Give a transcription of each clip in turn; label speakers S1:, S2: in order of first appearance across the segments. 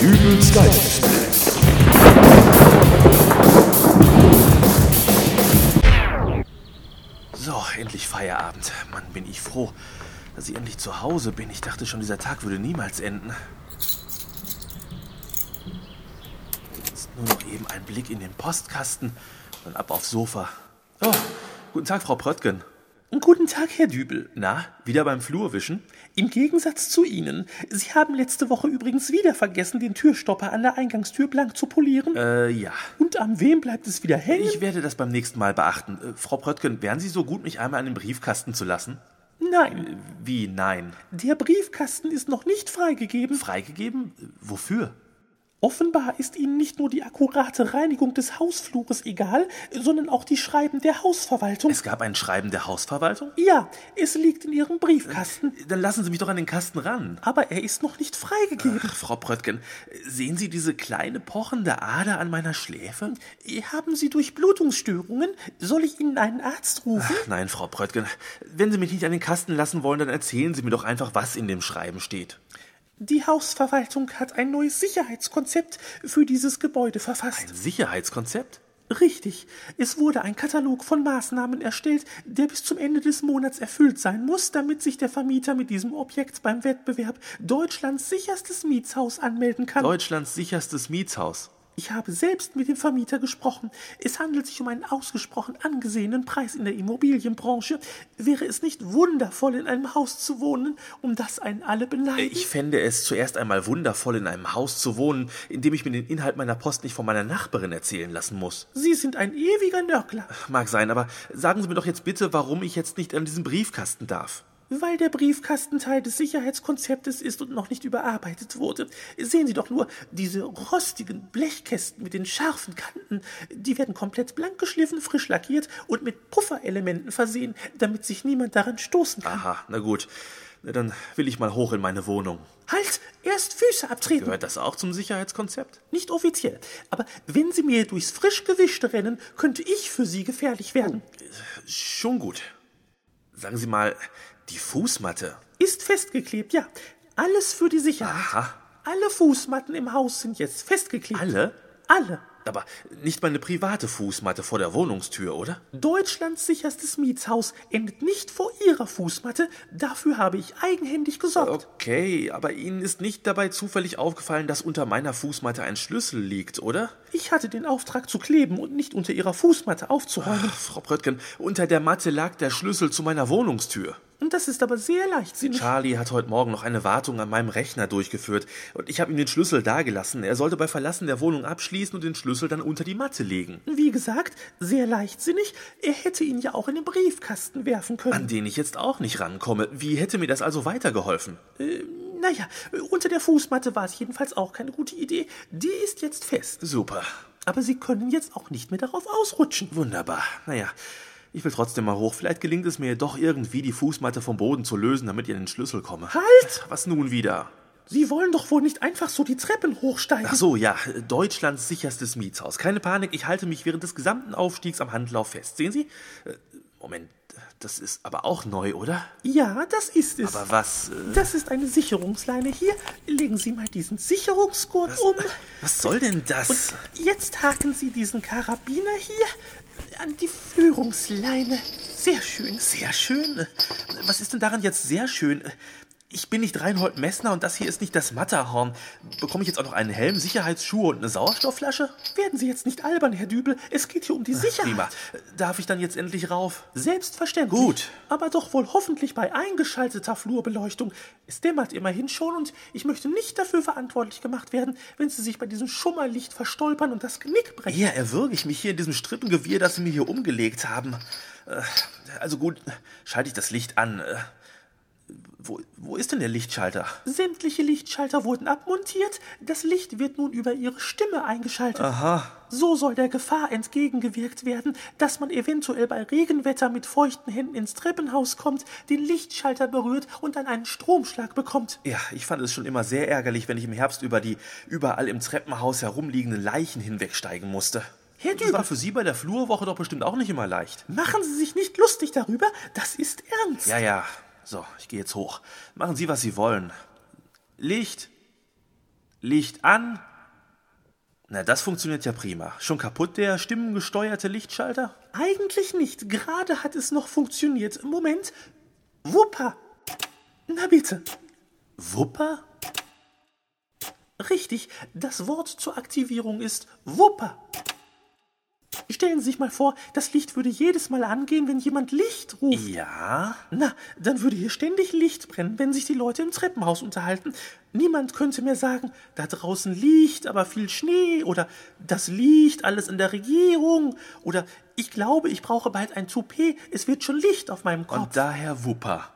S1: Übelst geil.
S2: So, endlich Feierabend. Mann, bin ich froh, dass ich endlich zu Hause bin. Ich dachte schon, dieser Tag würde niemals enden. Jetzt nur noch eben ein Blick in den Postkasten, dann ab aufs Sofa. Oh, guten Tag, Frau Pröttgen. Guten Tag, Herr Dübel. Na, wieder beim Flurwischen? Im Gegensatz zu Ihnen. Sie haben letzte Woche übrigens wieder vergessen, den Türstopper an der Eingangstür blank zu polieren. Äh, ja. Und am wem bleibt es wieder hängen? Ich werde das beim nächsten Mal beachten. Äh, Frau Pröttgen, wären Sie so gut, mich einmal an den Briefkasten zu lassen? Nein. Wie nein? Der Briefkasten ist noch nicht freigegeben. Freigegeben? Äh, Wofür?
S3: Offenbar ist Ihnen nicht nur die akkurate Reinigung des Hausflures egal, sondern auch die Schreiben der Hausverwaltung.
S2: Es gab ein Schreiben der Hausverwaltung?
S3: ja, es liegt in Ihrem Briefkasten,
S2: Dann lassen Sie mich doch an den Kasten ran.
S3: aber er ist noch nicht freigegeben.
S2: Ach, Frau Pröttgen, äh, sehen Sie diese kleine pochende Ader an meiner Schläfe?
S3: Haben Sie Durchblutungsstörungen? Soll ich Ihnen einen Arzt rufen?
S2: Ach, nein, Frau Pröttgen, wenn Sie mich nicht an den Kasten lassen wollen, dann erzählen Sie mir doch einfach, was in dem Schreiben steht.
S3: Die Hausverwaltung hat ein neues Sicherheitskonzept für dieses Gebäude verfasst.
S2: Ein Sicherheitskonzept?
S3: Richtig. Es wurde ein Katalog von Maßnahmen erstellt, der bis zum Ende des Monats erfüllt sein muss, damit sich der Vermieter mit diesem Objekt beim Wettbewerb Deutschlands sicherstes Mietshaus anmelden kann.
S2: Deutschlands sicherstes Mietshaus.
S3: ich habe selbst mit dem Vermieter gesprochen. Es handelt sich um einen ausgesprochen angesehenen Preis in der Immobilienbranche. Wäre es nicht wundervoll, in einem Haus zu wohnen, um das einen alle beneiden?
S2: Äh, Ich fände es zuerst einmal wundervoll, in einem Haus zu wohnen, in dem ich mir den Inhalt meiner Post nicht von meiner Nachbarin erzählen lassen muss.
S3: Sie sind ein ewiger Nörgler.
S2: Mag sein, aber sagen Sie mir doch jetzt bitte, warum ich jetzt nicht an diesen Briefkasten darf.
S3: Weil der Briefkasten Teil des Sicherheitskonzeptes ist und noch nicht überarbeitet wurde. Sehen Sie doch nur, diese rostigen Blechkästen mit den scharfen Kanten, die werden komplett blank geschliffen, frisch lackiert und mit Pufferelementen versehen, damit sich niemand daran stoßen kann.
S2: Aha, na gut. Na, Dann will ich mal hoch in meine Wohnung.
S3: Halt! Erst Füße abtreten!
S2: Gehört das auch zum Sicherheitskonzept?
S3: Nicht offiziell. Aber wenn Sie mir durchs frisch gewischte rennen, könnte ich für Sie gefährlich werden.
S2: Oh. Schon gut. Sagen Sie mal, die Fußmatte.
S3: Ist festgeklebt, ja. Alles für die Sicherheit.
S2: Aha.
S3: Alle Fußmatten im Haus sind jetzt festgeklebt.
S2: Ah. Alle?
S3: Alle.
S2: Aber nicht meine private Fußmatte vor der Wohnungstür, oder?
S3: Deutschlands sicherstes Mietshaus endet nicht vor Ihrer Fußmatte. Dafür habe ich eigenhändig gesorgt.
S2: Okay, aber Ihnen ist nicht dabei zufällig aufgefallen, dass unter meiner Fußmatte ein Schlüssel liegt, oder?
S3: Ich hatte den Auftrag zu kleben und nicht unter Ihrer Fußmatte aufzuräumen.
S2: Frau Pröttgen, unter der Matte lag der Schlüssel zu meiner Wohnungstür.
S3: Und das ist aber sehr leichtsinnig.
S2: Charlie hat heute Morgen noch eine Wartung an meinem Rechner durchgeführt und ich habe ihm den Schlüssel dagelassen. Er sollte bei Verlassen der Wohnung abschließen und den Schlüssel dann unter die Matte legen,
S3: Wie gesagt, sehr leichtsinnig. Er hätte ihn ja auch in den Briefkasten werfen können.
S2: an den ich jetzt auch nicht rankomme. Wie hätte mir das also weitergeholfen?
S3: Naja, unter der Fußmatte war es jedenfalls auch keine gute Idee. Die ist jetzt fest.
S2: Super.
S3: Aber Sie können jetzt auch nicht mehr darauf ausrutschen.
S2: Wunderbar. Naja, ich will trotzdem mal hoch. Vielleicht gelingt es mir doch irgendwie, die Fußmatte vom Boden zu lösen, damit ich an den Schlüssel komme.
S3: Halt!
S2: Was nun wieder?
S3: Sie wollen doch wohl nicht einfach so die Treppen hochsteigen.
S2: Ach so, ja, Deutschlands sicherstes Mietshaus. Keine Panik, ich halte mich während des gesamten Aufstiegs am Handlauf fest. Sehen Sie? Äh, Moment, das ist aber auch neu, oder?
S3: Ja, das ist es.
S2: Aber was? Äh,
S3: das ist eine Sicherungsleine. Hier, legen Sie mal diesen Sicherungsgurt um.
S2: was soll denn das?
S3: Jetzt haken Sie diesen Karabiner hier an die Führungsleine. Sehr schön.
S2: Sehr schön. Was ist denn daran jetzt sehr schön? Ich bin nicht Reinhold Messner und das hier ist nicht das Matterhorn. Bekomme ich jetzt auch noch einen Helm, Sicherheitsschuhe und eine Sauerstoffflasche?
S3: Werden Sie jetzt nicht albern, Herr Dübel. Es geht hier um die Sicherheit.
S2: Prima. Darf ich dann jetzt endlich rauf?
S3: Selbstverständlich.
S2: Gut.
S3: Aber doch wohl hoffentlich bei eingeschalteter Flurbeleuchtung. Es dämmert immerhin schon und ich möchte nicht dafür verantwortlich gemacht werden, wenn Sie sich bei diesem Schummerlicht verstolpern und das Genick brechen.
S2: Eher erwürge ich mich hier in diesem Strippengewirr, das sie mir hier umgelegt haben. Äh, Also gut, schalte ich das Licht an. Äh, Wo, wo ist denn der Lichtschalter?
S3: Sämtliche Lichtschalter wurden abmontiert. Das Licht wird nun über Ihre Stimme eingeschaltet.
S2: Aha.
S3: So soll der Gefahr entgegengewirkt werden, dass man eventuell bei Regenwetter mit feuchten Händen ins Treppenhaus kommt, den Lichtschalter berührt und dann einen Stromschlag bekommt.
S2: Ja, ich fand es schon immer sehr ärgerlich, wenn ich im Herbst über die überall im Treppenhaus herumliegenden Leichen hinwegsteigen musste.
S3: Herr
S2: das war
S3: Düber.
S2: für Sie bei der Flurwoche doch bestimmt auch nicht immer leicht.
S3: Machen Sie sich nicht lustig darüber, das ist ernst.
S2: Ja, ja. So, ich gehe jetzt hoch. Machen Sie, was Sie wollen. Licht. Licht an. Na, das funktioniert ja prima. Schon kaputt der stimmengesteuerte Lichtschalter?
S3: Eigentlich nicht. Gerade hat es noch funktioniert. Moment. Wuppa. Na bitte.
S2: Wupper?
S3: Richtig, das Wort zur Aktivierung ist Wupper. Stellen Sie sich mal vor, das Licht würde jedes Mal angehen, wenn jemand Licht ruft.
S2: Ja.
S3: Na, dann würde hier ständig Licht brennen, wenn sich die Leute im Treppenhaus unterhalten. Niemand könnte mehr sagen, da draußen liegt aber viel Schnee oder das liegt alles in der Regierung oder ich glaube, ich brauche bald ein Toupet, es wird schon Licht auf meinem Kopf.
S2: Und daher Wupper.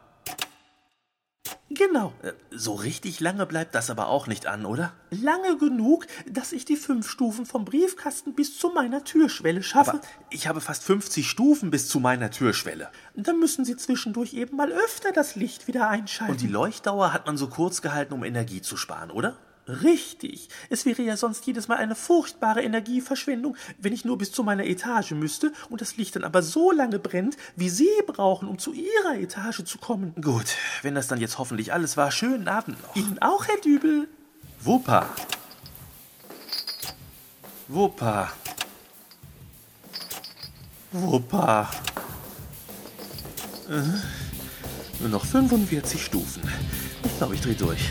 S3: Genau.
S2: Äh, So richtig lange bleibt das aber auch nicht an, oder?
S3: Lange genug, dass ich die fünf Stufen vom Briefkasten bis zu meiner Türschwelle schaffe.
S2: Aber ich habe fast 50 Stufen bis zu meiner Türschwelle.
S3: Dann müssen Sie zwischendurch eben mal öfter das Licht wieder einschalten.
S2: Und die Leuchtdauer hat man so kurz gehalten, um Energie zu sparen, oder?
S3: Richtig. Es wäre ja sonst jedes Mal eine furchtbare Energieverschwendung, wenn ich nur bis zu meiner Etage müsste und das Licht dann aber so lange brennt, wie Sie brauchen, um zu Ihrer Etage zu kommen.
S2: Gut, wenn das dann jetzt hoffentlich alles war, schönen Abend noch.
S3: Ihnen auch, Herr Dübel?
S2: Wupper. Wupper. Wupper. Äh, nur noch 45 Stufen. Ich glaube, ich drehe durch.